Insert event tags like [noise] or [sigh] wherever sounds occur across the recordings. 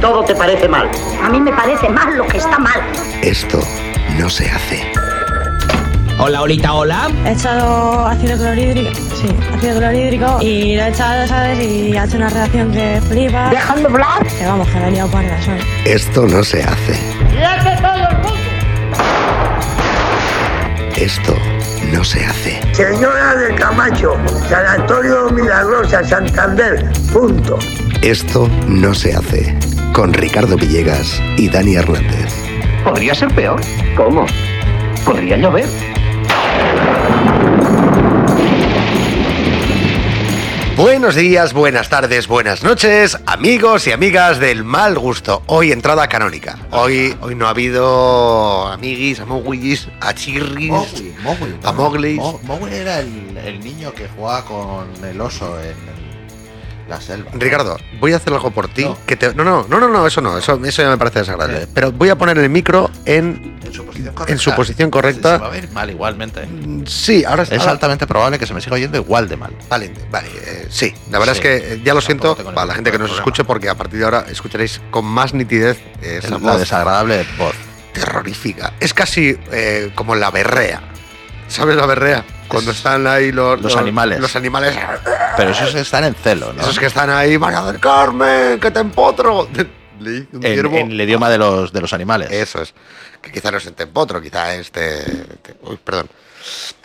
todo te parece mal. A mí me parece mal lo que está mal. Esto no se hace. Hola, Olita, hola. He echado ácido clorhídrico, sí, ácido clorhídrico y lo he echado, ¿sabes? Y ha hecho una reacción que flipa. Dejando hablar. Que vamos, que la he liado parda, ¿sabes? Esto no se hace. Esto no se hace. Señora de Camacho, Sanatorio Milagrosa, Santander, punto. Esto no se hace. Con Ricardo Villegas y Dani Hernández. ¿Podría ser peor? ¿Cómo? ¿Podría llover? Buenos días, buenas tardes, buenas noches, amigos y amigas del mal gusto. Hoy entrada canónica. Hoy, hoy no ha habido amiguis, amiguis, achirris, Oh. Mowgli, Mowgli. A Mowgli. Mo- Mowgli era el, el niño que jugaba con el oso en el- la selva. Ricardo, voy a hacer algo por ti. No. No. Que te... no, no, no, no, no, eso no, eso, eso ya me parece desagradable. Eh. Pero voy a poner el micro en. En su posición correcta. En su posición Se, correcta. se va a ver mal igualmente. ¿eh? Sí, ahora Es ahora- altamente probable que se me siga oyendo igual de mal. Vale, vale, eh, sí. La verdad Sí. es que eh, ya lo Tampoco siento tengo para la ningún gente que nos problema. escuche, porque a partir de ahora escucharéis con más nitidez Es esa la voz desagradable voz. terrorífica. Es casi eh, como la berrea. ¿Sabes la berrea? Cuando están ahí los, los animales. Los animales. Pero esos están en celo, ¿no? Esos que están ahí, van a acercarme, que te empotro. [laughs] Le dice un en, ciervo. en el idioma de los, de los animales. Eso es. Que quizá no es este empotro, quizá este. este- uy, perdón.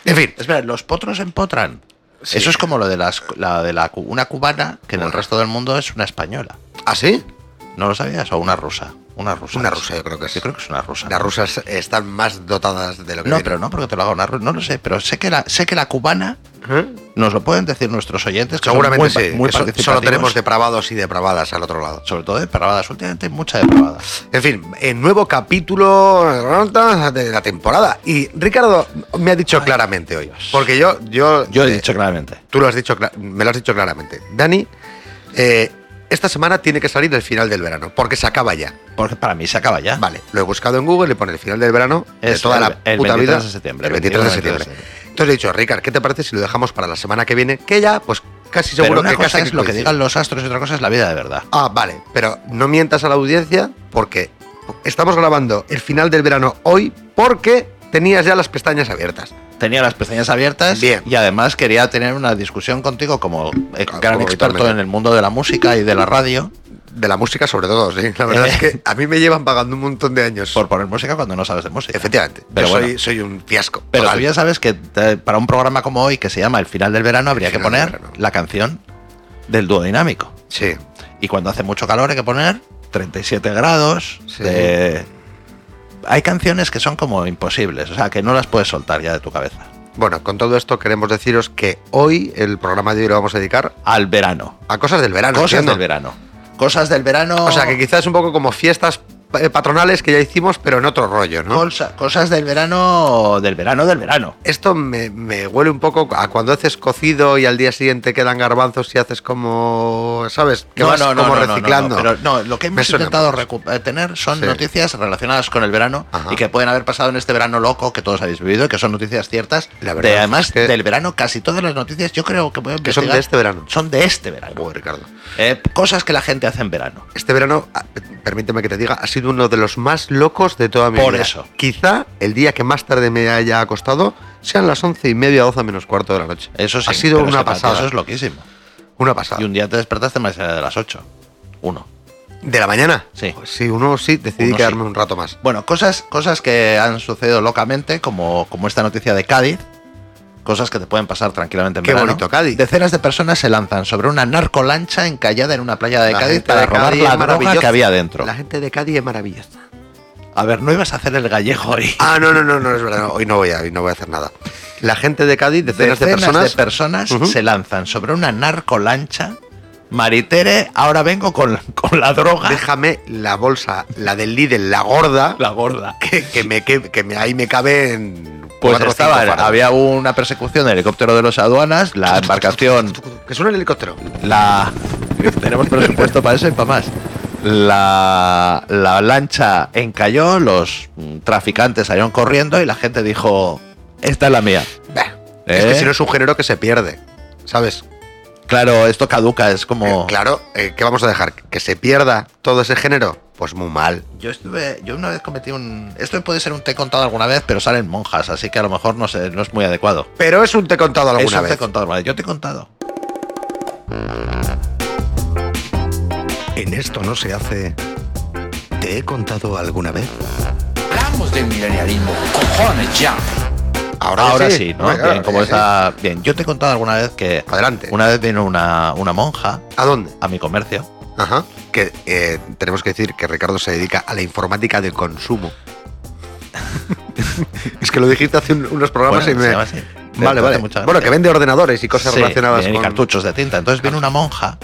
En fin, Es verdad, los potros empotran. Sí. Eso es como lo de, las, la de la, cu- una cubana que en el Bueno. resto del mundo es una española. ¿así? ¿No lo sabías? O una rusa. Una rusa. Una no rusa, sé. yo creo que es. Yo creo que es una rusa. Las rusas están más dotadas de lo que No, viene. pero no porque te lo haga una rusa. No lo sé, pero sé que la, sé que la cubana ¿Eh? nos lo pueden decir nuestros oyentes. que son Seguramente muy, sí. Muy Eso- solo participativos, tenemos depravados y depravadas al otro lado. Sobre todo depravadas. Últimamente hay mucha depravada. En fin, el nuevo capítulo de la temporada. Y Ricardo me ha dicho claramente hoy. Porque yo. Yo, Yo he eh, dicho claramente. Tú lo has dicho, cla- me lo has dicho claramente. Dani, eh, esta semana tiene que salir el final del verano. Porque se acaba ya. Porque para mí se acaba ya. Vale, lo he buscado en Google y pone el final del verano de Ah. Es toda el- la el puta 23 vida. de septiembre, El 23 de 22 septiembre. Entonces he dicho, Ricard, ¿qué te parece si lo dejamos para la semana que viene? Que ya, pues casi Pero seguro una que cosa casi es lo que coincide. digan los astros y otra cosa es la vida de verdad. Ah, vale, pero no mientas a la audiencia porque estamos grabando el final del verano hoy porque tenías ya las pestañas abiertas. Tenía las pestañas abiertas Bien. y además quería tener una discusión contigo como eh, Como gran experto habitualmente. en el mundo de la música y de la radio De la música sobre todo, sí. La verdad es que [laughs] a mí me llevan pagando un montón de años. por poner música cuando no sabes de música. Efectivamente, Pero yo bueno. soy, soy un fiasco. Pero total. tú ya sabes que te- para un programa como hoy que se llama El final del verano habría que final del poner verano. la canción del dúo dinámico. Sí, Y cuando hace mucho calor hay que poner 37 grados. Sí. de- Hay canciones que son como imposibles, o sea, que no las puedes soltar ya de tu cabeza. bueno, con todo esto queremos deciros que hoy el programa de hoy lo vamos a dedicar Al verano. a cosas del verano. Cosas entiendo. del verano. Cosas del verano. O sea, que quizás es un poco como fiestas eh, patronales que ya hicimos, pero en otro rollo, ¿no? Cosa- cosas del verano, del verano, del verano. Esto me, me huele un poco a cuando haces cocido y al día siguiente quedan garbanzos y haces como, ¿sabes? Que vas como reciclando. No, no, pero no, lo que Me hemos suena intentado un poco. recu- eh, tener son Sí. noticias relacionadas con el verano Ajá. y que pueden haber pasado en este verano loco que todos habéis vivido y que son noticias ciertas. La verdad De, es además, que- del verano, casi todas las noticias yo creo que voy a Que son investigar, de este verano. Son de este verano. Joder, Ricardo. Eh, cosas que la gente hace en verano. Este verano, ah, permíteme que te diga, ha sido uno de los más locos de toda mi Por vida. eso. Quizá el día que más tarde me haya acostado sean las once y media, doce menos cuarto de la noche. Eso sí, Ha sido pero es una que para ti pasada. Eso es loquísimo. Una pasada. Y un día te despertaste más allá de las 8. Uno. ¿De la mañana? Pues Sí. Sí, uno sí, decidí Uno sí. quedarme un rato más. Bueno, cosas, cosas que han sucedido locamente, como, como esta noticia de Cádiz. Cosas que te pueden pasar tranquilamente en Qué verano. bonito, Cádiz. Decenas de personas se lanzan sobre una narcolancha encallada en una playa de La Cádiz gente para de robar Cádiz es la droga maravillosa. que había dentro. La gente de Cádiz es maravillosa. A ver, no ibas a hacer el gallego hoy. Ah, no, no, no, no, es verdad. no, hoy no voy a, hoy no voy a hacer nada. La gente de Cádiz, decenas, de personas Ujú. se lanzan sobre una narcolancha. Maritere, ahora vengo con, con la droga. Déjame la bolsa, la del Lidl, la gorda, la gorda. que, que me, que, que me- ahí me cabe en Pues cuatro o cinco estaba, faros. había una persecución del helicóptero de los [laughs] aduanas, la embarcación Que suena el helicóptero. La. [laughs] Tenemos presupuesto para eso y para más. La, la lancha encalló, los mm, traficantes salieron corriendo y la gente dijo: Esta es la mía. Bah, Es que ¿Eh? si no es un género que se pierde, ¿sabes? Claro, esto caduca, es como. Eh, claro, eh, ¿qué vamos a dejar? ¿Que se pierda todo ese género? Pues muy mal. Yo estuve, yo una vez cometí un. Esto puede ser un té contado alguna vez, pero salen monjas, así que a lo mejor no, sé, no es muy adecuado. Pero es un te he contado alguna Eso vez. te he contado alguna vez. Yo te he contado. En esto no se hace. ¿Te he contado alguna vez? Hablamos de milenarismo, cojones ya. Ahora, Ahora sí, ¿no? Bueno, Bien, como eh, está. Bien, yo te he contado alguna vez que. Adelante. Una vez vino una, una monja ¿A dónde? a mi comercio. Ajá. Que eh, tenemos que decir que Ricardo se dedica a la informática del consumo. [laughs] es que lo dijiste hace un- unos programas Bueno, y se me. llama así. Vale, Entonces, vale. muchas Bueno, gracias. que vende ordenadores y cosas Sí, relacionadas bien, y con. Ah. cartuchos de tinta. Entonces viene una monja,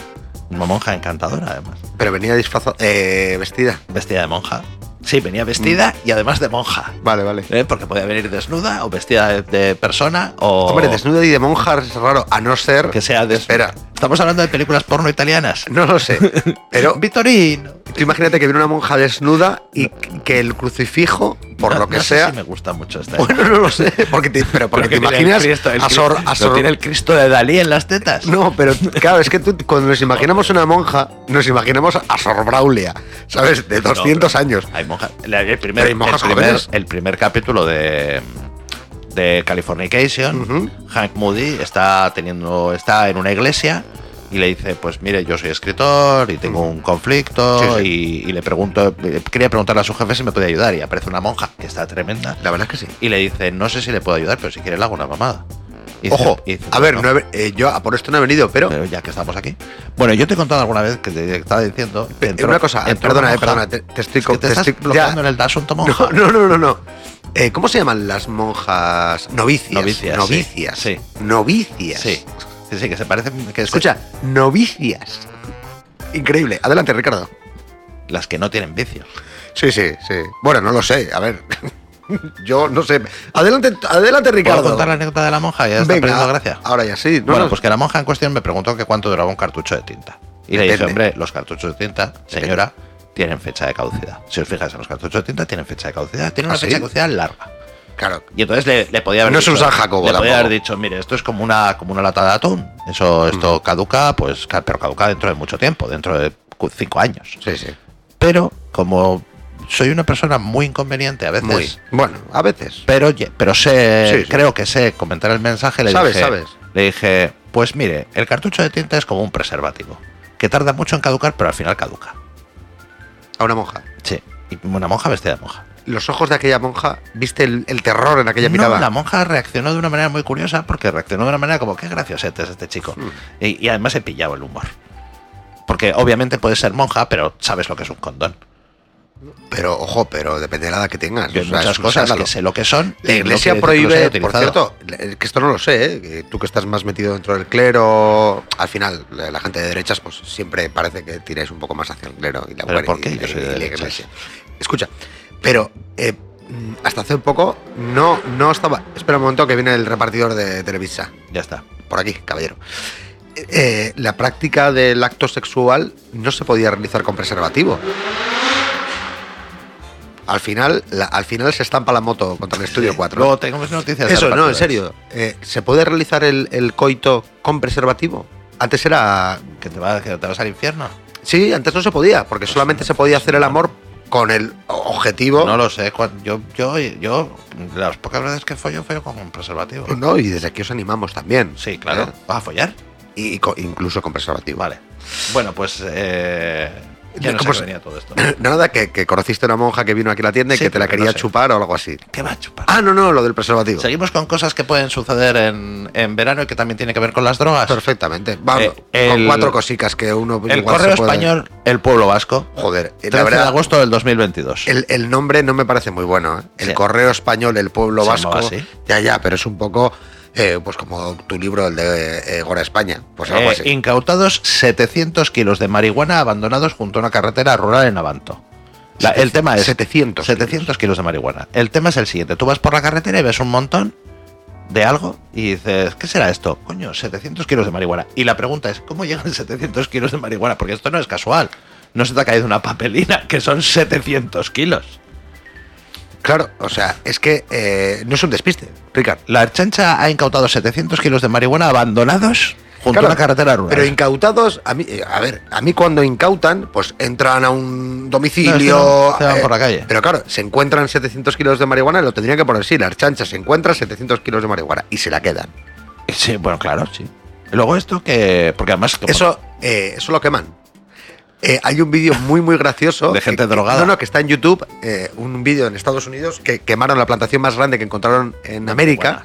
una monja encantadora además, Pero venía disfrazada. Eh, vestida. vestida de monja. Sí, venía vestida Mm. y además de monja. Vale, vale. ¿eh? Porque podía venir desnuda o vestida de, de persona o Hombre, desnuda y de monja es raro, a no ser. que sea de Espera. Estamos hablando de películas porno italianas. [laughs] No lo sé. [laughs] Pero Vitorín. tú imagínate que viene una monja desnuda y que el crucifijo, por No- lo que no sé sea. si me gusta mucho [laughs] esta. Bueno, no lo sé. Porque te, [laughs] pero porque te Pero que tiene imaginas el Cristo- el a Sor- Cristo- a ¿no Sor- tiene el Cristo de Dalí en las tetas. No, pero claro, es que tú, cuando nos imaginamos una monja, nos imaginamos a Sor Braulia, ¿sabes? De No, 200 pero años. Hay monjas. La- El primer, Pero hay monjas el, primer, jóvenes. el primer capítulo de, de Californication, Ujú. Hank Moody está teniendo está en una iglesia y le dice, pues mire, yo soy escritor y tengo un conflicto Sí, Y, y le pregunto, eh, quería preguntarle a su jefe si me puede ayudar y aparece una monja que está tremenda La verdad es que sí. y le dice, no sé si le puedo ayudar, pero si quiere le hago una mamada. Y dice- Ojo, y dice, a ver, "No". Eh, no he- eh, yo a por esto no he venido, pero. Pero ya que estamos aquí. Bueno, yo te he contado alguna vez que te estaba diciendo. que Pe- entró- una cosa, eh, entró perdona, eh, una monja. perdona, te, te estoy Es que co- te te estás estoy- bloqueando ya. en el asunto monja. [laughs] No, no, no, no. no. Eh, ¿Cómo se llaman las monjas? Novicias. Novicias, sí. Novicias. Sí. Novicias. Sí, sí, sí, que se parecen. Que se- Escucha, novicias. Increíble. Adelante, Ricardo. las que no tienen vicios. Sí, sí, sí. Bueno, no lo sé. A ver. [laughs] Yo no sé. Adelante, adelante ¿Puedo Ricardo. contar la anécdota de la monja? Ya está Venga, perdiendo gracia. Ahora ya sí. No, bueno, no, pues que la monja en cuestión me preguntó que cuánto duraba un cartucho de tinta. Y le dije, Depende. hombre, los cartuchos de tinta, señora, tienen fecha de caducidad. Si os fijáis en los cartuchos de tinta, tienen fecha de caducidad. Tienen ¿Ah, una sí? fecha de caducidad larga. Claro. Y entonces le, le podía haber No es dicho, un San Jacobo le podía tampoco. haber dicho, mire, esto es como una, como una lata de atún. Mm. Eso, esto caduca, pues, ca- pero caduca dentro de mucho tiempo, dentro de cu- cinco años. Sí, sí. Pero como soy una persona muy inconveniente a veces, Muy. Bueno, a veces. pero, ye- pero sé, Sí, sí. creo que sé comentar el mensaje. Le Sabes, dije, sabes. Le dije, pues mire, el cartucho de tinta es como un preservativo, que tarda mucho en caducar, pero al final caduca. A una monja. Sí, y una monja vestida de monja. Los ojos de aquella monja, ¿viste el, el terror en aquella No, mirada? la monja reaccionó de una manera muy curiosa, porque reaccionó de una manera como, qué graciosete es este chico. Hmm. Y, y además he pillado el humor. Porque obviamente puedes ser monja, pero sabes lo que es un condón. Pero, ojo, pero depende de la edad que tengas. Yo o hay sea, es muchas un cosas escándalo. que sé lo que son. La y no iglesia quiere decir que los haya prohíbe, por utilizado. cierto, le- que esto no lo sé, ¿eh? que tú que estás más metido dentro del clero, al final la la gente de derechas pues siempre parece que tiráis un poco más hacia el clero y la ¿Pero mujer por y- qué? y- Yo soy y de la derechas. iglesia. Escucha, pero eh, mm, hasta hace poco no, no estaba... Espera un momento que viene el repartidor de Televisa Ya está. por aquí, caballero. Eh, eh, la práctica del acto sexual no se podía realizar con preservativo. Al final, la- al final se estampa la moto contra el estudio 4. Luego tenemos noticias. Eso, al no, en partido. serio. Eh, ¿Se puede realizar el, el coito con preservativo? Antes era. Que te, va- que te vas al infierno. Sí, antes no se podía, porque solamente se podía hacer el amor con el objetivo. No lo sé. cuan- Yo, yo, yo, las pocas veces que follo, follo con un preservativo. No, y desde aquí os animamos también. Sí, claro. ¿eh? ¿Vas a follar? Y co- incluso con preservativo. [laughs] Vale. Bueno, pues. Eh, ya no sé ¿Cómo qué se- venía [coughs] todo esto. Nada, que, que conociste a una monja que vino aquí a la tienda y Sí, que te la pero no quería sé. chupar o algo así. ¿Qué va a chupar? Ah, no, no, lo del preservativo. Seguimos con cosas que pueden suceder en, en verano y que también tiene que ver con las drogas. Perfectamente. Vamos, Eh, con el- cuatro cositas que uno. El igual se correo puede- español, el pueblo vasco. Joder, eh, 13 la de verdad. agosto del 2022. El, el nombre no me parece muy bueno. ¿eh? El Sí. correo español, el pueblo Se vasco. llamaba así. Ya, ya, pero es un poco eh, pues como tu libro, el de eh, Gora España. Pues algo Eh, así. incautados 700 kilos de marihuana abandonados junto a una carretera rural en Abanto. La- el Setec- tema es 700 700 kilos de marihuana. El tema es el siguiente. Tú vas por la carretera y ves un montón de algo y dices, ¿qué será esto? Coño, 700 kilos de marihuana. Y la pregunta es, ¿cómo llegan [laughs] 700 kilos de marihuana? Porque esto no es casual. No se te ha caído una papelina, que son 700 kilos. Claro, o sea, es que eh, no es un despiste, Ricard. La chancha ha incautado 700 kilos de marihuana abandonados junto Claro, a una carretera rural. Pero incautados, a mí, eh, a ver, a mí cuando incautan, pues entran a un No, domicilio. eh, esto no, se van por la calle. Pero claro, se encuentran 700 kilos de marihuana, lo tendrían que poner sí, la archancha se encuentra 700 kilos de marihuana y se la quedan. Sí, bueno, claro, sí. Y luego esto que. Porque además. como- Eso, eh, eso lo queman. Eh, hay un vídeo muy, muy gracioso. De gente que- que- drogada. No, no, que está en YouTube. eh, un vídeo en Estados Unidos que quemaron la plantación más grande que encontraron en América.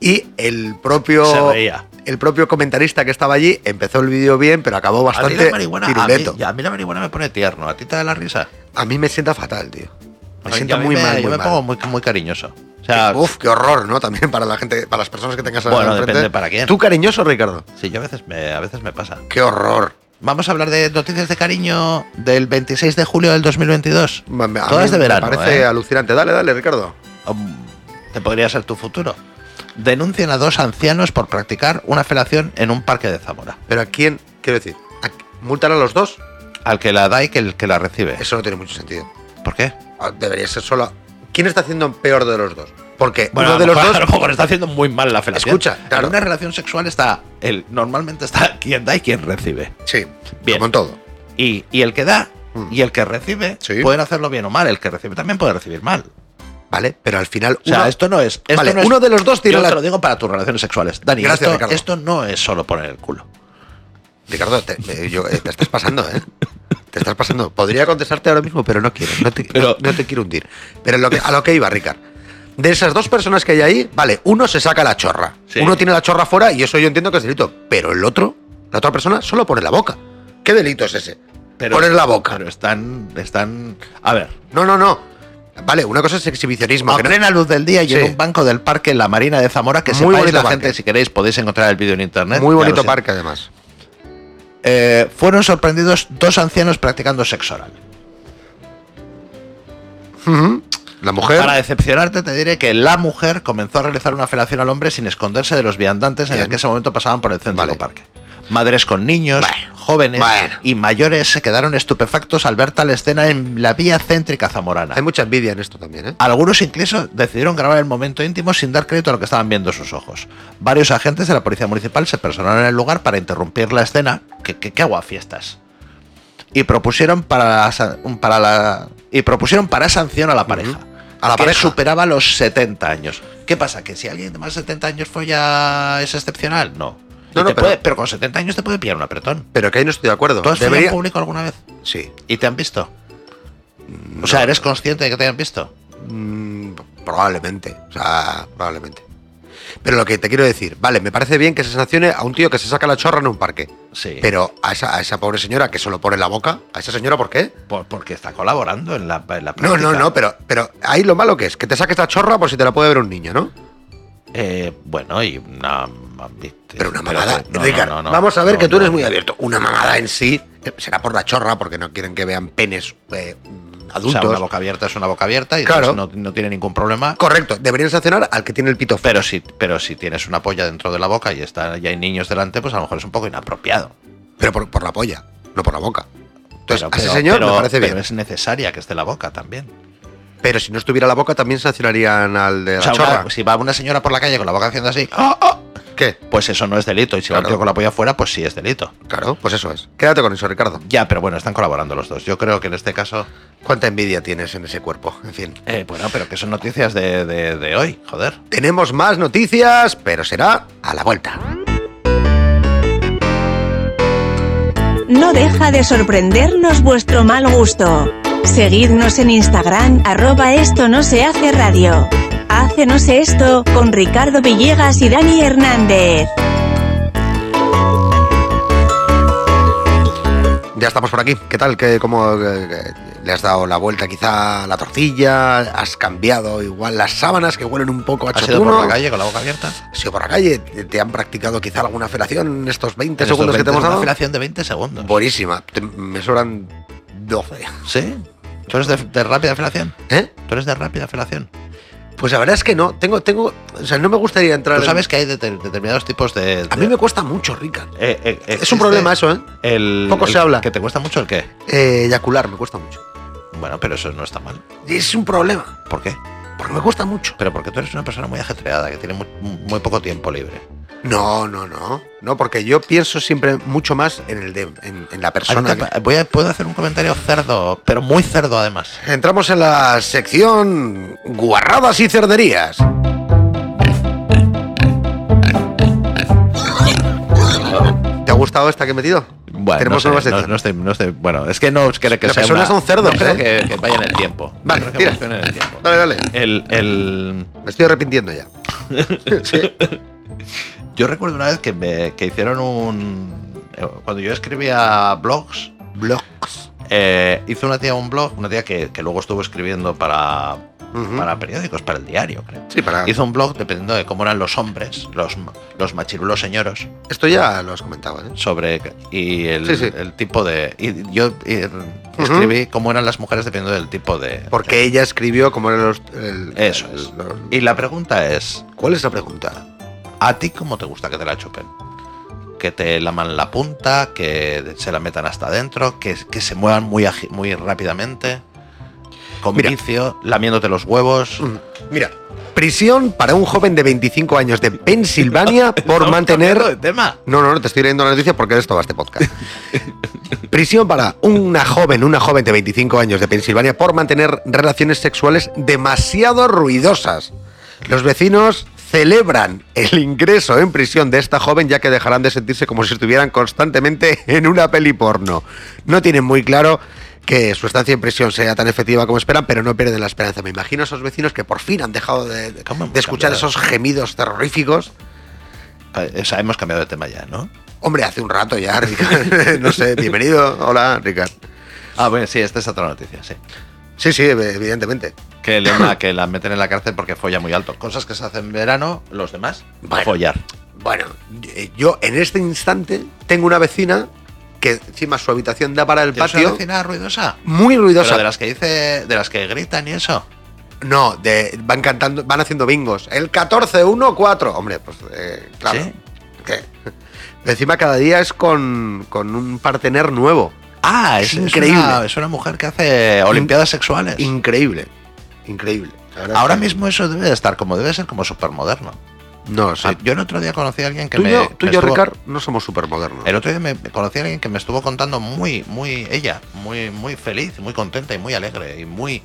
Y el Se propio. reía. El propio comentarista que estaba allí empezó el vídeo bien, pero acabó a ti la bastante marihuana. A mí, piruleto. y a mí la marihuana me pone tierno. A ti te da la risa. A mí me sienta fatal, tío. Me Yo sienta a mí muy mal, Yo muy me mal. pongo muy, muy cariñoso. O sea, Uf, qué horror, ¿no? También para la gente, para las personas que tengas al Bueno, frente. depende para quién. Tú cariñoso, Ricardo. sí, yo a veces me, a veces me pasa. Qué horror. Vamos a hablar de noticias de cariño del 26 de julio del 2022. Me- me- a Todas mí de verano. Me parece ¿eh? alucinante. Dale, dale, Ricardo. Um, Te podría ser tu futuro. Denuncian a dos ancianos por practicar una felación en un parque de Zamora. Pero a quién, quiero decir, ¿a- ¿multar a los dos? Al que la da y que el que la recibe. Eso no tiene mucho sentido. ¿Por qué? Ah, Debería ser solo. ¿Quién está haciendo peor de los dos? Porque Bueno, uno de los dos. a lo mejor está haciendo muy mal la felación. Escucha, claro. En una relación sexual está el normalmente está quien da y quien recibe. Sí, Bien. como en todo. Y, y el que da Mm. y el que recibe Sí. pueden hacerlo bien o mal. El que recibe también puede recibir mal. ¿Vale? Pero al final. O sea, uno- esto no es. esto Vale, no es- uno de los dos tira Yo la. te lo digo para tus relaciones sexuales. Dani, Gracias, esto, Ricardo. esto no es solo poner el culo. Ricardo, te, eh, yo- eh, te estás pasando, ¿eh? Te estás pasando. Podría contestarte ahora mismo, pero no quiero. No te, Pero- no, no te quiero hundir. Pero lo que- a lo que iba, Ricardo. De esas dos personas que hay ahí, vale, uno se saca la chorra. Sí. Uno tiene la chorra fuera y eso yo entiendo que es delito. Pero el otro, la otra persona, solo pone la boca. ¿Qué delito es ese? Pero- poner la boca. Pero están. están a ver. No, no, no. Vale, una cosa es exhibicionismo. A que no- plena luz del día y en Sí. un banco del parque en la Marina de Zamora, que Muy sepáis bonito la parque. gente, si queréis, podéis encontrar el vídeo en internet. Muy ya lo bonito siento. parque, además. Eh, fueron sorprendidos dos ancianos practicando sexo oral. Ujú. La mujer. Para decepcionarte te diré que la mujer comenzó a realizar una felación al hombre sin esconderse de los viandantes en Bien. el que ese momento pasaban por el centro Vale. del parque. Madres con niños, Bueno, jóvenes bueno. y mayores se quedaron estupefactos al ver tal escena en la vía céntrica zamorana. Hay mucha envidia en esto también, ¿eh? Algunos incluso decidieron grabar el momento íntimo sin dar crédito a lo que estaban viendo sus ojos. Varios agentes de la policía municipal se personaron en el lugar para interrumpir la escena, que, que, que aguafiestas, y propusieron para la, sa- un- para la- y propusieron para sanción a la pareja. A la que pareja. superaba los 70 años. ¿Qué pasa? ¿Que si alguien de más de 70 años folla es excepcional? No. No, Y no, te pero- puede- pero... con 70 años te puede pillar un apretón. Pero que ahí no estoy de acuerdo. ¿Tú has follado Debería- en público alguna vez? Sí. ¿Y te han visto? O sea, ¿eres consciente de que te hayan visto? Mm, probablemente, o sea, probablemente. Pero lo que te quiero decir, vale, me parece bien que se sancione a un tío que se saca la chorra en un parque. Sí. Pero a esa, a esa pobre señora que solo pone la boca, ¿a esa señora por qué? Por- porque está colaborando en la, en la No, práctica. no, no, pero, pero ahí lo malo que es, que te saques la chorra por si te la puede ver un niño, ¿no? Eh, bueno, y una. Pero una pero mamada. que- no, Ricardo, no, no, no. vamos a ver No, que tú no, eres no. muy abierto. Una mamada en sí eh, será por la chorra porque no quieren que vean penes eh, O sea, adultos. una boca abierta es una boca abierta y Claro. entonces no, no tiene ningún problema. Correcto, deberían sancionar al que tiene el pito fuera. Pero si, pero si tienes una polla dentro de la boca y, está, y hay niños delante, pues a lo mejor es un poco inapropiado. Pero por, por la polla, no por la boca. Entonces, Pero- a ese pero- señor pero- me parece bien. Pero es necesaria que esté la boca también. Pero si no estuviera la boca, también sancionarían al de la O sea, chorra. una- si va una señora por la calle con la boca haciendo así, ¡oh, oh! ¿Qué? pues eso no es delito. Y si va un Claro. tío con la polla afuera, pues sí es delito. Claro, pues eso es. Quédate con eso, Ricardo. Ya, pero bueno, están colaborando los dos. Yo creo que en este caso. ¿Cuánta envidia tienes en ese cuerpo? En fin. eh, bueno, pero que son noticias de, de- de hoy, joder. Tenemos más noticias, pero será a la vuelta. No deja de sorprendernos vuestro mal gusto. Seguidnos en Instagram, arroba esto no se hace radio. Hácenos esto con Ricardo Villegas y Dani Hernández. Ya estamos por aquí. ¿Qué tal? ¿Qué, ¿Cómo eh, eh, le has dado la vuelta quizá a la tortilla? ¿Has cambiado igual las sábanas que huelen un poco a ¿Has ido por chotuno? la calle con la boca abierta? ¿Has ido por la calle? ¿Te, te han practicado quizá alguna felación en estos 20 En estos segundos que te 20 hemos Una dado? filación de 20 segundos. Buenísima. Te- me sobran 12. ¿Sí? ¿Tú eres de, de rápida filación? ¿Eh? ¿Tú eres de rápida filación? Pues la verdad es que no. Tengo, tengo. O sea, no me gustaría entrar Tú en- sabes que hay deter- determinados tipos de... A de- mí me cuesta mucho, Rica. Eh, eh, Es existe un problema eso, ¿eh? El, Poco el se habla. ¿Que te cuesta mucho el qué? Eh, Eyacular, me cuesta mucho. Bueno, pero eso no está mal. Es un problema, ¿Por qué? porque me cuesta mucho. Pero porque tú eres una persona muy ajetreada, que tiene muy, muy poco tiempo libre. No, no, no. No, porque yo pienso siempre mucho más en el de, en, en la persona. Ahorita pa- voy a- puedo hacer un comentario cerdo, pero muy cerdo además. que- Entramos en la sección guarradas y cerderías. ¿Te ha gustado esta que he metido? Bueno, Tenemos no, nuevas sé, no, secciones. no estoy, no estoy- bueno, es que no creo que Las sea personas una- son cerdos, no creo ¿eh? que, que vaya en el tiempo. No Vale, creo que tira. funcione en el tiempo. Dale, dale. El- el, Me estoy arrepintiendo ya. Sí. Yo recuerdo una vez que, me, que hicieron un... eh, Cuando yo escribía blogs, Blogs. eh, hizo una tía un blog, una tía que, que luego estuvo escribiendo para, Ujú. para periódicos, para el diario, creo. Sí, para. Hizo un blog dependiendo de cómo eran los hombres, los, ma- los machirulos señoros, Esto ya lo has comentado, ¿eh? sobre... Y el, Sí, sí. el tipo de... Y yo eh, escribí cómo eran las mujeres dependiendo del tipo de... Porque ella escribió como eran los. el- Eso el- es. los- Y la pregunta es, ¿Cuál es la pregunta? ¿A ti cómo te gusta que te la chupen? Que te laman la punta, que se la metan hasta adentro, que, que se muevan muy, agi- muy rápidamente, con Mira. vicio, lamiéndote los huevos. Mm, Mira, prisión para un joven de 25 años de Pensilvania por [laughs] Estamos mantener... cambiando de tema. No, no, no, te estoy leyendo la noticia porque esto va este [laughs] podcast. Prisión para una joven, una joven de 25 años de Pensilvania por mantener relaciones sexuales demasiado ruidosas. Los vecinos celebran el ingreso en prisión de esta joven ya que dejarán de sentirse como si estuvieran constantemente en una peli porno. No tienen muy claro que su estancia en prisión sea tan efectiva como esperan, pero no pierden la esperanza. Me imagino a esos vecinos que por fin han dejado de, de ¿Cómo hemos escuchar cambiado? esos gemidos terroríficos. Eh, O sea, hemos cambiado de tema ya, ¿no? Hombre, hace un rato ya, [laughs] Ricard. no sé, bienvenido. Hola, Ricard. Ah, bueno, sí, esta es otra noticia, sí. Sí, sí, evidentemente. Que, le- la- que la meten en la cárcel porque folla muy alto. Cosas que se hacen en verano, los demás, Bueno. follar. Bueno, eh, yo en este instante tengo una vecina que encima su habitación da para el ¿Tienes una patio. vecina ruidosa? Muy ruidosa. Pero de las que dice, de las que gritan y eso. No, de- van cantando, van haciendo bingos. El 14-1-4. Hombre, pues eh, claro. ¿Sí? Que- Encima cada día es con, con un partener nuevo. Ah, Es es, es increíble. una, es una mujer que hace olimpiadas sexuales. Increíble. Increíble. La verdad Ahora es que- mismo eso debe de estar como debe ser como supermoderno. No, sí. Ah, Yo el otro día conocí a alguien que tú y me. yo, tú y me yo, estuvo- Ricard, no somos supermodernos. El otro día me me conocí a alguien que me estuvo contando muy, muy ella, muy, muy feliz, muy contenta y muy alegre y muy,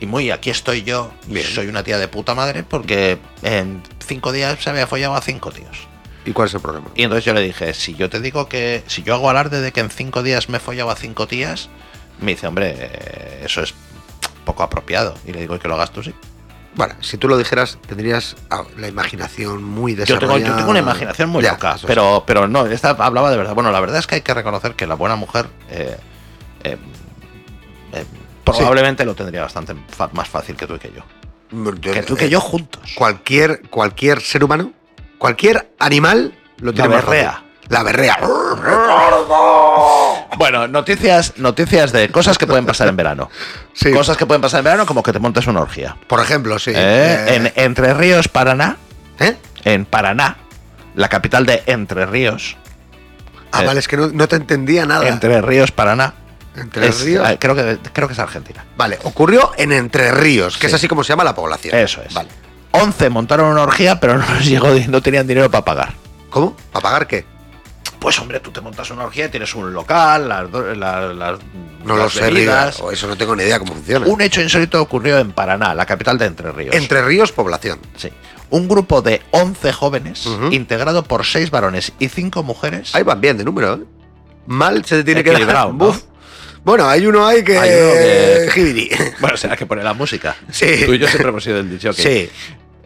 y muy aquí estoy yo. Bien. Soy una tía de puta madre porque en cinco días se había follado a cinco tíos. ¿Y cuál es el problema? Y entonces yo le dije, si yo te digo que, si yo hago alarde de que en cinco días me he follado a cinco tías, me dice, hombre, eh, eso es poco apropiado. Y le digo, ¿y que lo hagas tú sí? Bueno, si tú lo dijeras, tendrías ah, la imaginación muy Yo desarrollada. tengo, yo tengo una imaginación muy Ya, loca, eso sí. pero, pero no, esta hablaba de verdad. Bueno, la verdad es que hay que reconocer que la buena mujer eh, eh, eh, probablemente lo tendría bastante fa- más fácil que tú y que yo. Yo- Que tú y que eh, yo juntos. Cualquier, cualquier ser humano, cualquier animal lo La tiene más fácil. berrea. La berrea. Bueno, noticias, noticias de cosas que pueden pasar en [laughs] verano. Sí. Cosas que pueden pasar en verano como que te montes una orgía. Por ejemplo, sí. Eh, Eh, En Entre Ríos, Paraná, ¿eh? en Paraná, la capital de Entre Ríos, Ah, eh, vale, es que no, no te entendía nada. Entre Ríos, Paraná. Entre es- Ríos. eh, creo, que, creo que es Argentina. Vale, ocurrió en Entre Ríos, que es Sí. así como se llama la población. Eso es. Vale. 11 montaron una orgía, pero no les llegó, no tenían dinero para pagar. ¿Cómo? ¿Para pagar qué? Pues hombre, tú te montas una orgía, tienes un local, las, do- la- las- No las lo sé, bebidas. Riga. O Eso no tengo ni idea cómo funciona. Un hecho insólito ocurrió en Paraná, la capital de Entre Ríos. Entre Ríos, población. Sí. Un grupo de 11 jóvenes, Ujú. integrado por 6 varones y 5 mujeres. Ahí van bien de número, ¿eh? Mal se tiene que Equilibrado, dar. ¿no? Buf. Bueno, hay uno ahí que. Hay uno que- Jibiri. Bueno, será que pone la música. Sí. Tú y yo siempre hemos sido el dicho. Sí.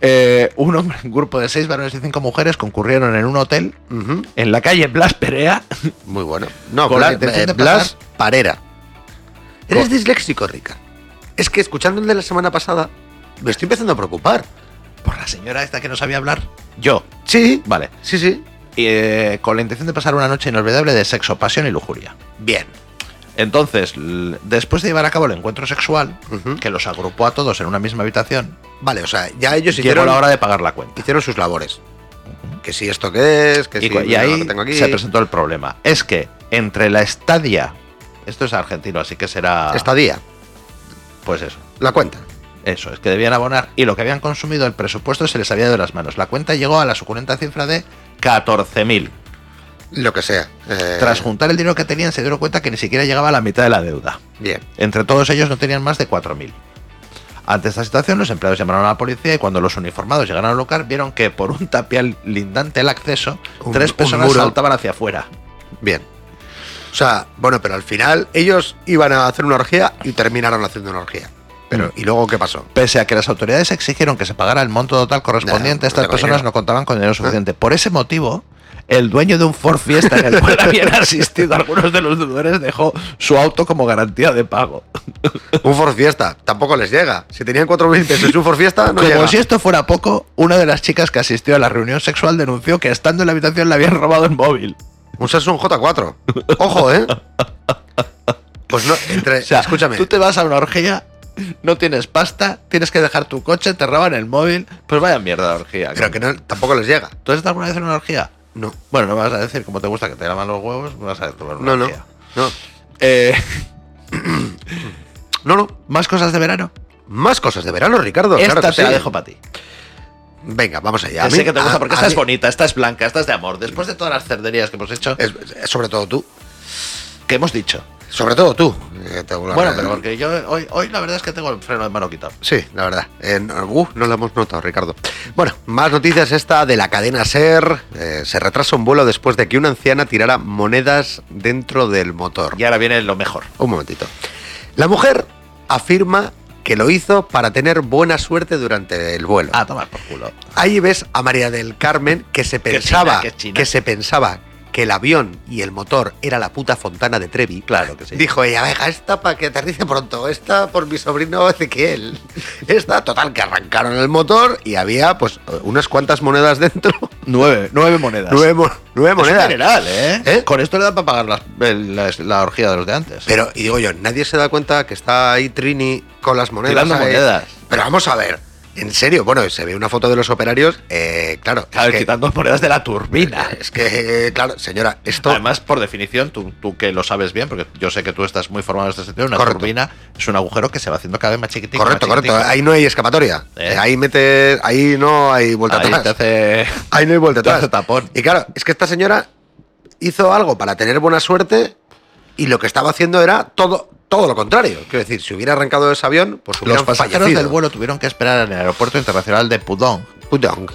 Eh, un, hombre, un grupo de 6 varones y 5 mujeres concurrieron en un hotel Ujú. en la calle Blas Perea [laughs] Muy bueno. No, Con Blas, la intención eh, de Blas pasar- Parera. Eres Con- disléxico, Rica. Es que escuchando el de la semana pasada, me estoy empezando a preocupar. por la señora esta que no sabía hablar. Yo. Sí. Vale. Sí, sí. eh, con la intención de pasar una noche inolvidable de sexo, pasión y lujuria. Bien. Entonces, l- después de llevar a cabo el encuentro sexual, Ujú. que los agrupó a todos en una misma habitación, Vale, o sea, ya ellos llegó hicieron, la hora de pagar la cuenta. hicieron sus labores. Que si esto qué es, que Y, si cu- y mira lo ahí que tengo aquí. se presentó el problema. Es que entre la estadía, esto es argentino, así que será... Estadía, Pues eso. la cuenta. Eso, es que debían abonar y lo que habían consumido el presupuesto se les había ido de las manos. La cuenta llegó a la suculenta cifra de 14.000. Lo que sea. eh, Tras juntar el dinero que tenían, se dieron cuenta que ni siquiera llegaba a la mitad de la deuda. Bien. Entre todos ellos no tenían más de 4.000. Ante esta situación, los empleados llamaron a la policía y cuando los uniformados llegaron al lugar, vieron que por un tapial lindante al acceso, Un- tres un personas muro. saltaban hacia afuera. Bien. O sea, bueno, pero al final ellos iban a hacer una orgía y terminaron haciendo una orgía. Pero, Mm. ¿y luego qué pasó? Pese a que las autoridades exigieron que se pagara el monto total correspondiente, Nah, estas no personas dinero. no contaban con ¿Eh? dinero suficiente. Por ese motivo, el dueño de un Ford Fiesta [laughs] en el cual habían asistido algunos de los deudores dejó su auto como garantía de pago. Un for fiesta, tampoco les llega. Si tenían 4.000 pesos y un for fiesta, no como llega. si esto fuera poco, una de las chicas que asistió a la reunión sexual denunció que estando en la habitación le habían robado el móvil. Un Samsung J4. Ojo, ¿eh? Pues no, entre, O sea, escúchame. Tú te vas a una orgía, no tienes pasta, tienes que dejar tu coche, te roban el móvil. Pues vaya mierda de orgía. Pero que no, tampoco les llega. ¿Tú has estado alguna vez en una orgía? No, Bueno, no me vas a decir cómo te gusta que te laman los huevos, me vas a tomar una no, no. orgía. No, Eh, no. no. más cosas de verano. Más cosas de verano, Ricardo. esta claro que te la sí. dejo para ti. Venga, vamos allá. Ya A mí- sé que te gusta a- porque a esta es mí- bonita, esta es blanca, esta es de amor. Después de todas las cerderías que hemos hecho, es- es sobre todo tú. que hemos dicho. Sobre todo tú. que te vuelvo a- Bueno, pero porque yo hoy, hoy la verdad es que tengo el freno de mano quitado. Sí, la verdad. Eh, no, uh, no lo hemos notado, Ricardo. Bueno, más noticias esta de la cadena SER. Eh, se retrasa un vuelo después de que una anciana tirara monedas dentro del motor. Y ahora viene lo mejor. Un momentito. La mujer afirma que lo hizo para tener buena suerte durante el vuelo. A tomar por culo. Ahí ves a María del Carmen que se Que pensaba china, que china. que se pensaba que el avión y el motor era la puta fontana de Trevi. Claro que sí. Dijo ella, venga, esta para que aterrice pronto, esta por mi sobrino Ezequiel. [laughs] Esta, total, que arrancaron el motor y había pues unas cuantas monedas [laughs] dentro. Nueve, nueve monedas. Nueve, mo- nueve Es un monedas. general, ¿eh? ¿Eh? Con esto le da para pagar las- el- la, la orgía de los de antes. Pero, y digo yo, nadie se da cuenta que está ahí Trini con las monedas. Tirando ¿sabes? monedas. Pero vamos a ver, en serio, bueno, se ve una foto de los operarios, eh, claro. Claro, es que- Eh, quitando monedas de la turbina. Ah, Es que, claro, señora, esto. Además, por definición, tú, tú que lo sabes bien, porque yo sé que tú estás muy formado en este sentido, una Correcto. turbina es un agujero que se va haciendo cada vez más chiquitico. correcto, más correcto. chiquitico. Ahí no hay escapatoria. Eh. Ahí metes. Ahí no hay vuelta Ahí atrás. te hace... Ahí no hay vuelta te atrás. hace tapón. Y claro, es que esta señora hizo algo para tener buena suerte y lo que estaba haciendo era todo, todo lo contrario. Quiero decir, si hubiera arrancado ese avión, pues hubieran Los pasajeros fallecido. del vuelo tuvieron que esperar en el aeropuerto internacional de Pudong, Pudong.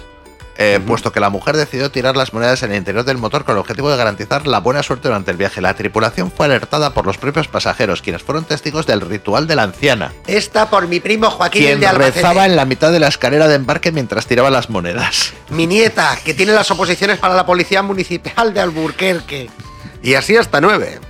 eh, puesto que la mujer decidió tirar las monedas en el interior del motor con el objetivo de garantizar la buena suerte durante el viaje. La tripulación fue alertada por los propios pasajeros, quienes fueron testigos del ritual de la anciana, Esta por mi primo Joaquín quien de Albacete. rezaba en la mitad de la escalera de embarque mientras tiraba las monedas. Mi nieta, que tiene las oposiciones para la Policía Municipal de Alburquerque. Y así hasta nueve.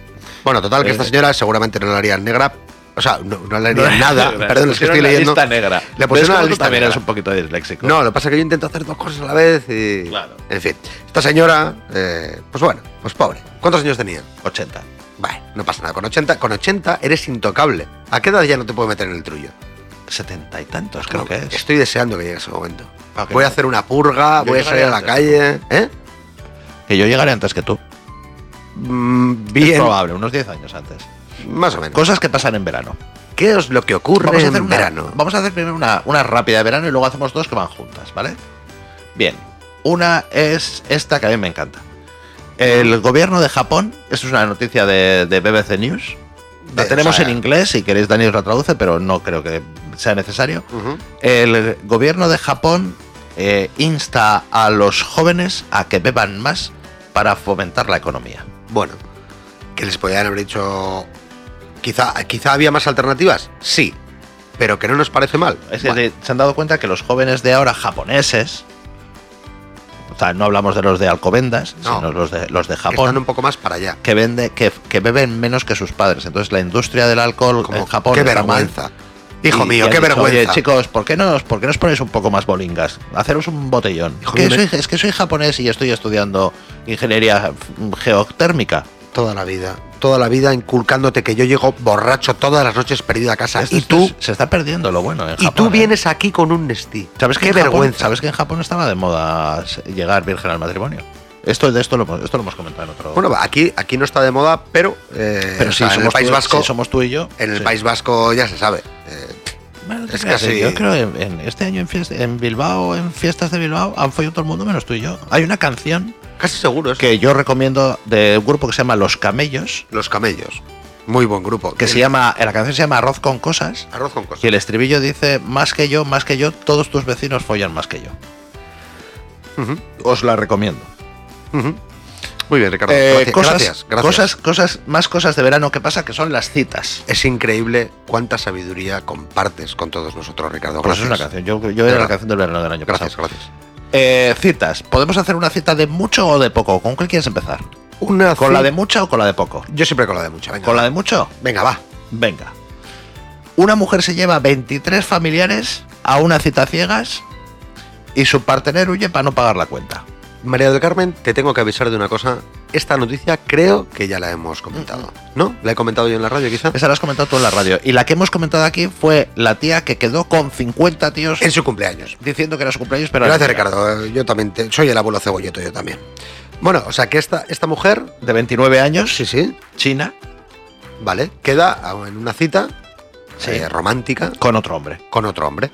Bueno, total, que Eh. esta señora seguramente no la harían negra. O sea, no, [laughs] no la harían No, [laughs] nada. negra. Perdón, es que Pusieron estoy la leyendo. Lista negra. Le ¿Ves pusieron cómo la tú lista también negra. eres un poquito disléxico. No, lo que pasa es que yo intento hacer dos cosas a la vez y. Claro. En fin. Esta señora, eh, pues bueno, pues pobre. ¿Cuántos años tenía? 80. Vale, no pasa nada. Con 80, con 80 eres intocable. ¿A qué edad ya no te puedo meter en el trullo? 70 y tantos, creo No, que es. Estoy deseando que llegue ese momento. Ah, que voy a no. hacer una purga, Yo voy a salir a la llegaría calle. ¿Eh? Que yo llegaré antes que tú. Mm, Es bien. probable, unos 10 años antes. Más o menos. Cosas que pasan en verano. ¿Qué es lo que ocurre Vamos a hacer en una- verano? Vamos a hacer primero una, una rápida de verano y luego hacemos dos que van juntas, ¿vale? Bien. Una es esta que a mí me encanta. El gobierno de Japón, esto es una noticia de, de BBC News. La De- tenemos o sea, en inglés, si queréis Dani os la traduce, pero no creo que sea necesario. Ujú. El gobierno de Japón eh, insta a los jóvenes a que beban más para fomentar la economía. Bueno, que les podían haber dicho. Quizá, quizá había más alternativas, sí, pero que no nos parece mal. Es que Bueno, te- se han dado cuenta que los jóvenes de ahora japoneses, o sea, no hablamos de los de Alcobendas, No. sino los de, los de que están Japón, un poco más para allá. que, vende, que, que beben menos que sus padres. Entonces la industria del alcohol Como, en Japón... qué está mal. vergüenza. Hijo Y- mío, y qué han dicho, vergüenza. Oye, chicos, ¿por qué, no os, ¿por qué no os ponéis un poco más bolingas? Haceros un botellón. Hijo Que mío, me- soy- Es que soy japonés y estoy estudiando ingeniería mm, geotérmica. Toda la vida, toda la vida inculcándote que yo llego borracho todas las noches perdido a casa. Esto y es- tú, Se está perdiendo lo bueno en y Japón, tú ¿eh? vienes aquí con un nestí. ¿Sabes que qué en Japón- vergüenza? ¿Sabes que en Japón estaba de moda llegar virgen al matrimonio? Esto, de esto, lo, hemos- esto lo hemos comentado en otro. Bueno, aquí, aquí no está de moda, pero, eh, pero o si sea, en el somos País tú, Vasco, si somos tú y yo. en el sí. País Vasco ya se sabe. eh, Bueno, Es es que sí. Yo creo en, en este año en, fies- en Bilbao, en fiestas de Bilbao, han follado todo el mundo menos tú y yo. Hay una canción Casi seguro es. que yo recomiendo de un grupo que se llama Los Camellos, Los camellos. Muy buen grupo. que se llama, eh, la canción se llama Arroz con cosas. Arroz con Y cosas. el estribillo dice, más que yo, más que yo, todos tus vecinos follan más que yo. Ujú, Os la recomiendo. ujú. Muy bien, Ricardo. Eh, gracias, cosas, gracias, gracias. cosas, cosas, más cosas de verano que pasa que son las citas. Es increíble cuánta sabiduría compartes con todos nosotros, Ricardo. Pues Gracias. es una canción. Yo, yo De era verdad. la canción del verano del año Gracias, pasado. gracias. Eh, citas. ¿Podemos hacer una cita de mucho o de poco? ¿Con cuál quieres empezar? Una ¿Con ci- la de mucha o con la de poco? Yo siempre con la de mucha. Venga, ¿Con la de mucho? venga va. Venga. Una mujer se lleva 23 familiares a una cita a ciegas y su partener huye para no pagar la cuenta. María del Carmen, te tengo que avisar de una cosa. Esta noticia creo que ya la hemos comentado. ¿No? ¿La he comentado yo en la radio quizá? Esa la has comentado tú en la radio. Y la que hemos comentado aquí fue la tía que quedó con 50 tíos En su cumpleaños. diciendo que era su cumpleaños, pero... Gracias, era- Ricardo. Eh, Yo también te- soy el abuelo cebolleto, yo también. Bueno, o sea que esta, esta mujer, De 29 años, sí, sí, China, vale, queda a- en una cita Sí. eh, romántica con otro hombre. con otro hombre.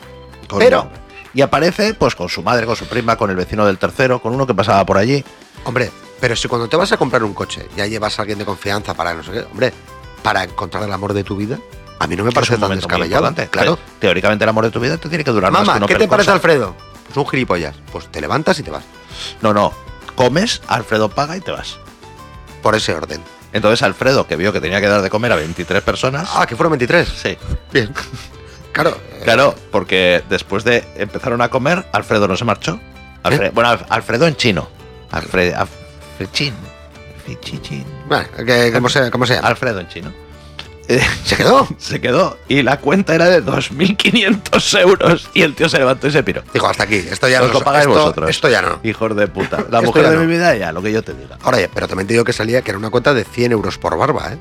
con Pero- un hombre. Y aparece pues con su madre, con su prima, con el vecino del tercero, con uno que pasaba por allí. Hombre, pero si cuando te vas a comprar un coche ya llevas a alguien de confianza para no sé qué, hombre, para encontrar el amor de tu vida, a mí no me parece Es un tan momento muy descabellado. importante. Claro. Te- Teóricamente el amor de tu vida te tiene que durar más que Mamá, un ¿qué Opel te parece Corsa. Alfredo? Es un gilipollas. Pues te levantas y te vas. No, no. Comes, Alfredo paga y te vas. Por ese orden. Entonces Alfredo, que vio que tenía que dar de comer a 23 personas, Ah, que fueron 23. sí. Bien. [laughs] Claro. eh, Claro, porque después de empezaron a comer, Alfredo no se marchó. Alfre- ¿Eh? Bueno, Alf- Alfredo en chino. Alfredo, Alfrechín. Alfrechichín. bueno, que- ¿cómo, se, ¿Cómo se llama? Alfredo en chino. Ah, Eh, ¿Se quedó? se quedó y la cuenta era de 2.500 euros y el tío se levantó y se piró. Dijo, hasta aquí. Esto ya Os no lo pagáis esto- vosotros. Esto ya no. Hijos de puta. La Esto mujer ya de no. mi vida ya, lo que yo te diga. Ahora, ya, pero también te digo que salía que era una cuenta de 100 euros por barba, ¿eh?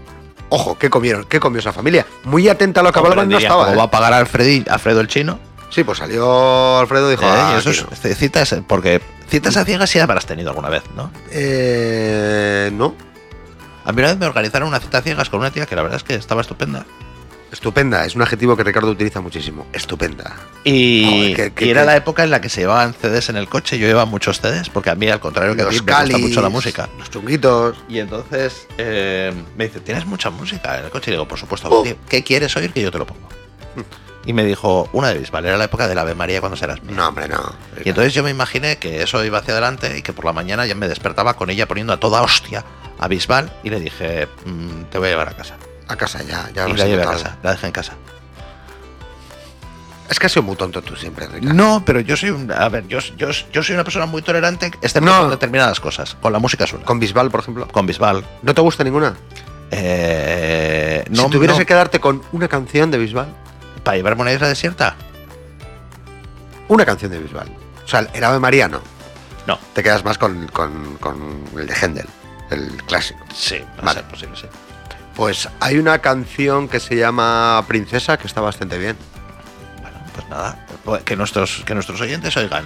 Ojo, ¿qué comieron? ¿Qué comió esa familia? Muy atenta a lo que hablaban no Hombre, diría, estaba. ¿Cómo ¿eh? va a pagar Alfredín- Alfredo el chino? Sí, pues salió Alfredo y dijo, Eh, "Ah, eso aquí es- no". c- citas, eh, porque citas a ciegas sí habrás tenido alguna vez, ¿no? Eh, no, A mí una vez me organizaron una cita a ciegas con una tía que la verdad es que estaba estupenda. estupenda, es un adjetivo que Ricardo utiliza muchísimo, estupenda. Y, Joder, qué- qué- y era qué- la época en la que se llevaban CDs en el coche. Yo llevaba muchos CDs porque a mí, al contrario que a ti, me gusta calis, mucho la música. Los chunguitos. Y entonces eh, me dice, ¿tienes mucha música en el coche? Y digo, por supuesto, Oh. "Tío, ¿qué quieres oír? Que yo te lo pongo. Y me dijo, una de Bisbal, era la época de la Ave María cuando serás mía. No, hombre, no. Y entonces yo me imaginé que eso iba hacia adelante y que por la mañana ya me despertaba con ella poniendo a toda hostia a Bisbal y le dije, "Mm, te voy a llevar a casa. A pues casa ya, ya y lo la sé llevé a tarde. casa, la dejé en casa. Es que has sido muy tonto tú siempre, Ricardo. No, pero yo soy un, a ver, yo, yo, yo soy una persona muy tolerante, excepto No. con determinadas cosas, con la música sola. Con, Con Bisbal, por ejemplo. Bisbal. ¿No te gusta ninguna? Eh, no, si tuvieras no- que quedarte con una canción de Bisbal, para llevarme a una isla desierta. una canción de Bisbal. O sea, el Ave María no. No. Te quedas más con, con- con el de Händel, el clásico. Sí, va Vale. a ser posible, sí. Pues hay una canción que se llama Princesa que está bastante bien. Bueno, pues nada, pues que nuestros, que nuestros oyentes oigan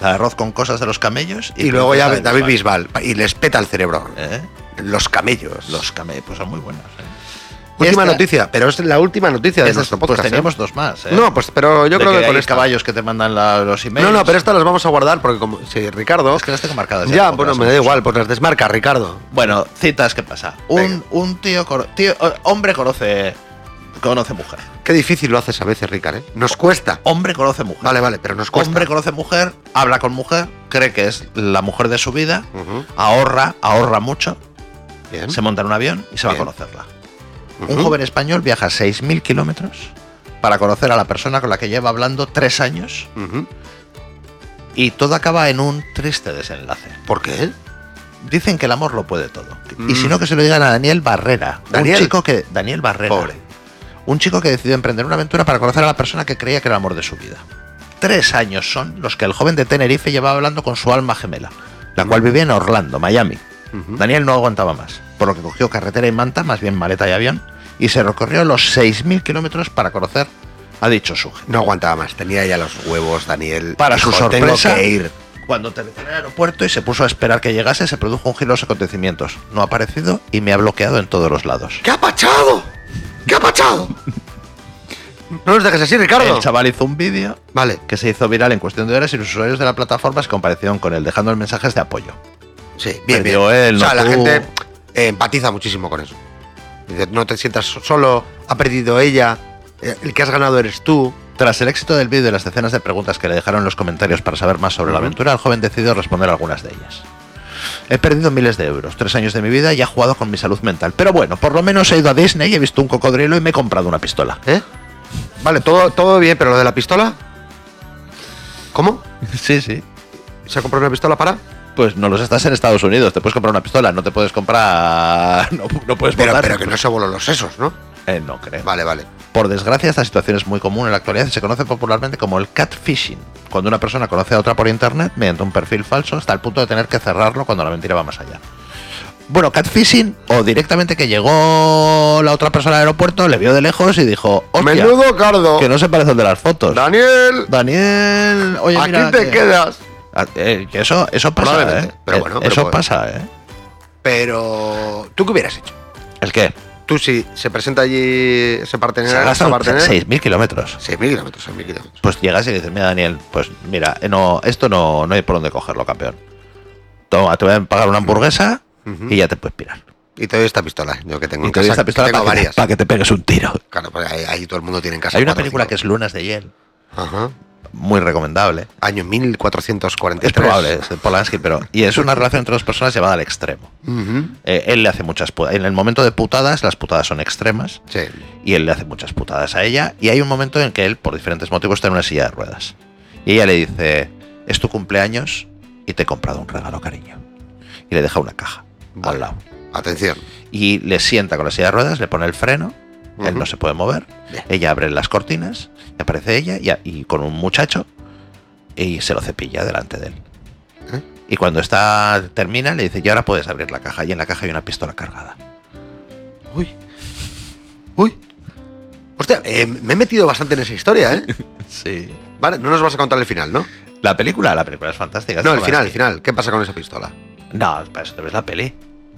la de arroz con cosas de los camellos Y, luego ya Princesa de David Bisbal. Y les peta el cerebro. ¿Eh? Los camellos. Los camellos pues son muy buenos. ¿eh? Última Esta- noticia, pero es la última noticia de Estas- nuestro pues podcast. teníamos ¿eh? dos más. ¿eh? No, pues pero yo De creo que, que con hay esta- caballos que te mandan la- los emails. No, no, pero estas las vamos a guardar porque como si Ricardo. Es que las tengo marcadas. Ya, tampoco bueno, las me da hemos igual, pues las desmarca Ricardo. usado. Bueno, citas, ¿qué pasa? Venga. Un, un tío, coro- tío- o- hombre conoce conoce mujer. Qué difícil lo haces a veces, Ricardo. ¿eh? Nos cuesta. Hombre conoce mujer. Vale, vale, pero nos cuesta. Hombre conoce mujer, habla con mujer, cree que es la mujer de su vida, Ujú, ahorra, ahorra mucho, bien. se monta en un avión y se va Bien. a conocerla. Ujú. Un joven español viaja 6.000 kilómetros para conocer a la persona con la que lleva hablando tres años Ujú. y todo acaba en un triste desenlace. ¿Por qué? Dicen que el amor lo puede todo. Mm. Y si no, que se lo digan a Daniel Barrera. Daniel. Un chico que. Daniel Barrera. Pobre. Un chico que decidió emprender una aventura para conocer a la persona que creía que era el amor de su vida. Tres años son los que el joven de Tenerife llevaba hablando con su alma gemela, la cual vivía en Orlando, Miami. Ujú. Daniel no aguantaba más, por lo que cogió carretera y manta, más bien maleta y avión, y se recorrió los 6.000 kilómetros para conocer a dicho sujeto. No aguantaba más, tenía ya los huevos, Daniel. Para su Dijo, sorpresa, Tengo que ir. Cuando aterrizó en el aeropuerto y se puso a esperar que llegase, se produjo un giro en los acontecimientos. No ha aparecido y me ha bloqueado en todos los lados. ¡Qué apachado! ¡Qué apachado! No nos dejes así, Ricardo. El chaval hizo un vídeo Vale. que se hizo viral en cuestión de horas y los usuarios de la plataforma se comparecieron con él, dejando mensajes de apoyo. Sí, bien, Perdió bien. él, o sea, no la tú. gente eh, empatiza muchísimo con eso. Dice, no te sientas so- solo, ha perdido ella, eh, el que has ganado eres tú. Tras el éxito del vídeo y las decenas de preguntas que le dejaron en los comentarios para saber más sobre la aventura, el joven decidió responder algunas de ellas. He perdido miles de euros, tres años de mi vida y he jugado con mi salud mental. Pero bueno, por lo menos he ido a Disney, y he visto un cocodrilo y me he comprado una pistola. ¿Eh? Vale, todo, todo bien, pero lo de la pistola. ¿Cómo? [laughs] Sí, sí. ¿Se ha comprado una pistola para? Pues no los estás en Estados Unidos, te puedes comprar una pistola, no te puedes comprar. [laughs] No, no puedes Pero, votar. pero que no se voló los sesos, ¿no? Eh, no creo. Vale, vale. Por desgracia, esta situación es muy común en la actualidad y se conoce popularmente como el catfishing, cuando una persona conoce a otra por internet mediante un perfil falso hasta el punto de tener que cerrarlo cuando la mentira va más allá. Bueno, catfishing o directamente que llegó la otra persona al aeropuerto, le vio de lejos y dijo, "Hostia, Menudo cardo. que no se parece al de las fotos." Daniel, Daniel, oye, aquí mira, te que- quedas. Ah, eh, que eso, eso pasa, Probablemente, ¿eh? pero Eh, bueno, pero eso bueno. pasa, ¿eh? Pero, ¿tú qué hubieras hecho? ¿El qué? Tú si se presenta allí ese partener, Se ha esa gastado partener, 6.000 kilómetros. 6.000 kilómetros, 6.000 kilómetros. Pues llegas y dices, mira Daniel, pues mira, eh, no, esto no, no hay por dónde cogerlo, campeón. Toma, te voy a pagar una hamburguesa Ujú. y ya te puedes pirar. Y te doy esta pistola, yo que tengo Y en te doy casa, esta pistola Mm. tengo para que, te, varias. pa' que te pegues un tiro. Claro, porque ahí, ahí todo el mundo tiene en casa. Hay una cuatro o película que cinco. es Lunas de Hiel, Ajá. muy recomendable. Año 1443. Es probable, ¿eh? es de Polanski, pero. Y es una relación entre dos personas llevada al extremo. Ujú. Eh, él le hace muchas putadas. En el momento de putadas, las putadas son extremas. Sí. y él le hace muchas putadas a ella. Y hay un momento en que él, por diferentes motivos, está en una silla de ruedas. Y ella le dice, es tu cumpleaños y te he comprado un regalo, cariño. Y le deja una caja Vale. al lado. Atención. Y le sienta con la silla de ruedas, le pone el freno, él Ujú. no se puede mover, Bien. ella abre las cortinas, y aparece ella y, a- y con un muchacho y se lo cepilla delante de él. ¿Eh? Y cuando está termina, le dice, y ahora puedes abrir la caja. Y en la caja hay una pistola cargada. Uy. Uy. Hostia, eh, me he metido bastante en esa historia, [laughs] ¿eh? Sí. Vale, no nos vas a contar el final, ¿no? La película, la película es fantástica. No, el Es final, el Polanski. final. ¿Qué pasa con esa pistola? No, para eso te ves la peli.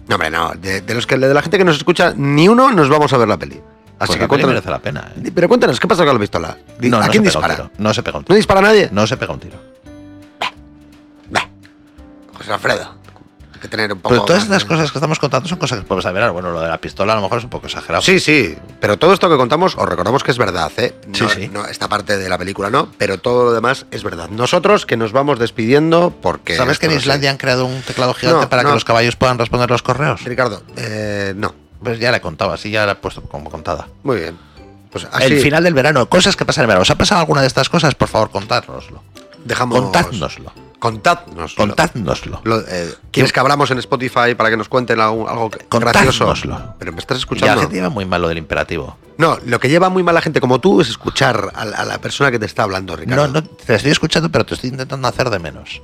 No, hombre, no. De, de los que, de la gente que nos escucha, ni uno nos vamos a ver la peli. Así que Pues la peli cuéntanos. merece la pena. ¿eh? Pero cuéntanos, ¿qué pasa con la pistola? Di- No, ¿A no quién se pega un dispara? tiro, No se pega un ¿No tiro. dispara a nadie? No se pega un tiro. José Alfredo. Hay que tener un poco. Pero todas más de- estas cosas que estamos contando son cosas que podemos saber. Bueno, lo de la pistola a lo mejor es un poco exagerado. Sí, sí, pero todo esto que contamos, os recordamos que es verdad, ¿eh? No, Sí, sí. no, esta parte de la película no, pero todo lo demás es verdad. Nosotros que nos vamos despidiendo porque... ¿Sabes que en esto no Islandia han creado un teclado gigante No, para no. que los caballos puedan responder los correos? sé. Ricardo, eh, no. Pues ya la he contado, así ya la he puesto como contada. Muy bien. Pues así El final del verano, cosas que pasan en verano. ¿Os ha pasado alguna de estas cosas? Por favor, contárnoslo. dejamos... Contádnoslo. Contadnos. Contádnoslo. Lo- eh, ¿Quieres que hablamos en Spotify para que nos cuenten algo, algo que- Contádnoslo. gracioso? Pero me estás Y la escuchando. gente lleva muy mal lo del imperativo. No, lo que lleva muy mala gente como tú es escuchar a, la- a la persona que te está hablando, Ricardo. No, no, te estoy escuchando, pero te estoy intentando hacer de menos.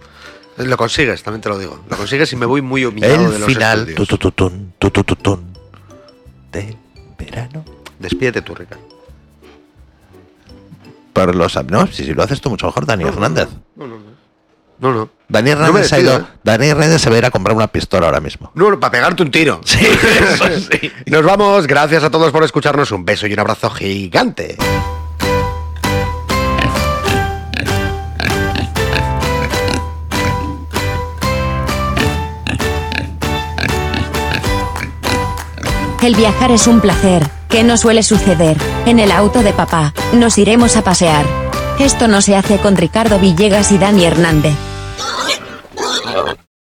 Eh, Lo consigues, también te lo digo. Lo consigues y me voy muy humillado de El los final estudios. tutututun, tutututun, del verano. Despídete tú, Ricardo. Pero los no, si, si lo haces tú mucho mejor, Dani Hernández. No, no. Dani No me Hernández se ha despido, ido. Dani Hernández se va a ir a comprar una pistola ahora mismo. No, para pegarte un tiro. [laughs] Sí, eso sí. Nos vamos, gracias a todos por escucharnos. Un beso y un abrazo gigante. El viajar es un placer, que no suele suceder. En el auto de papá, nos iremos a pasear. Esto no se hace con Ricardo Villegas y Dani Hernández.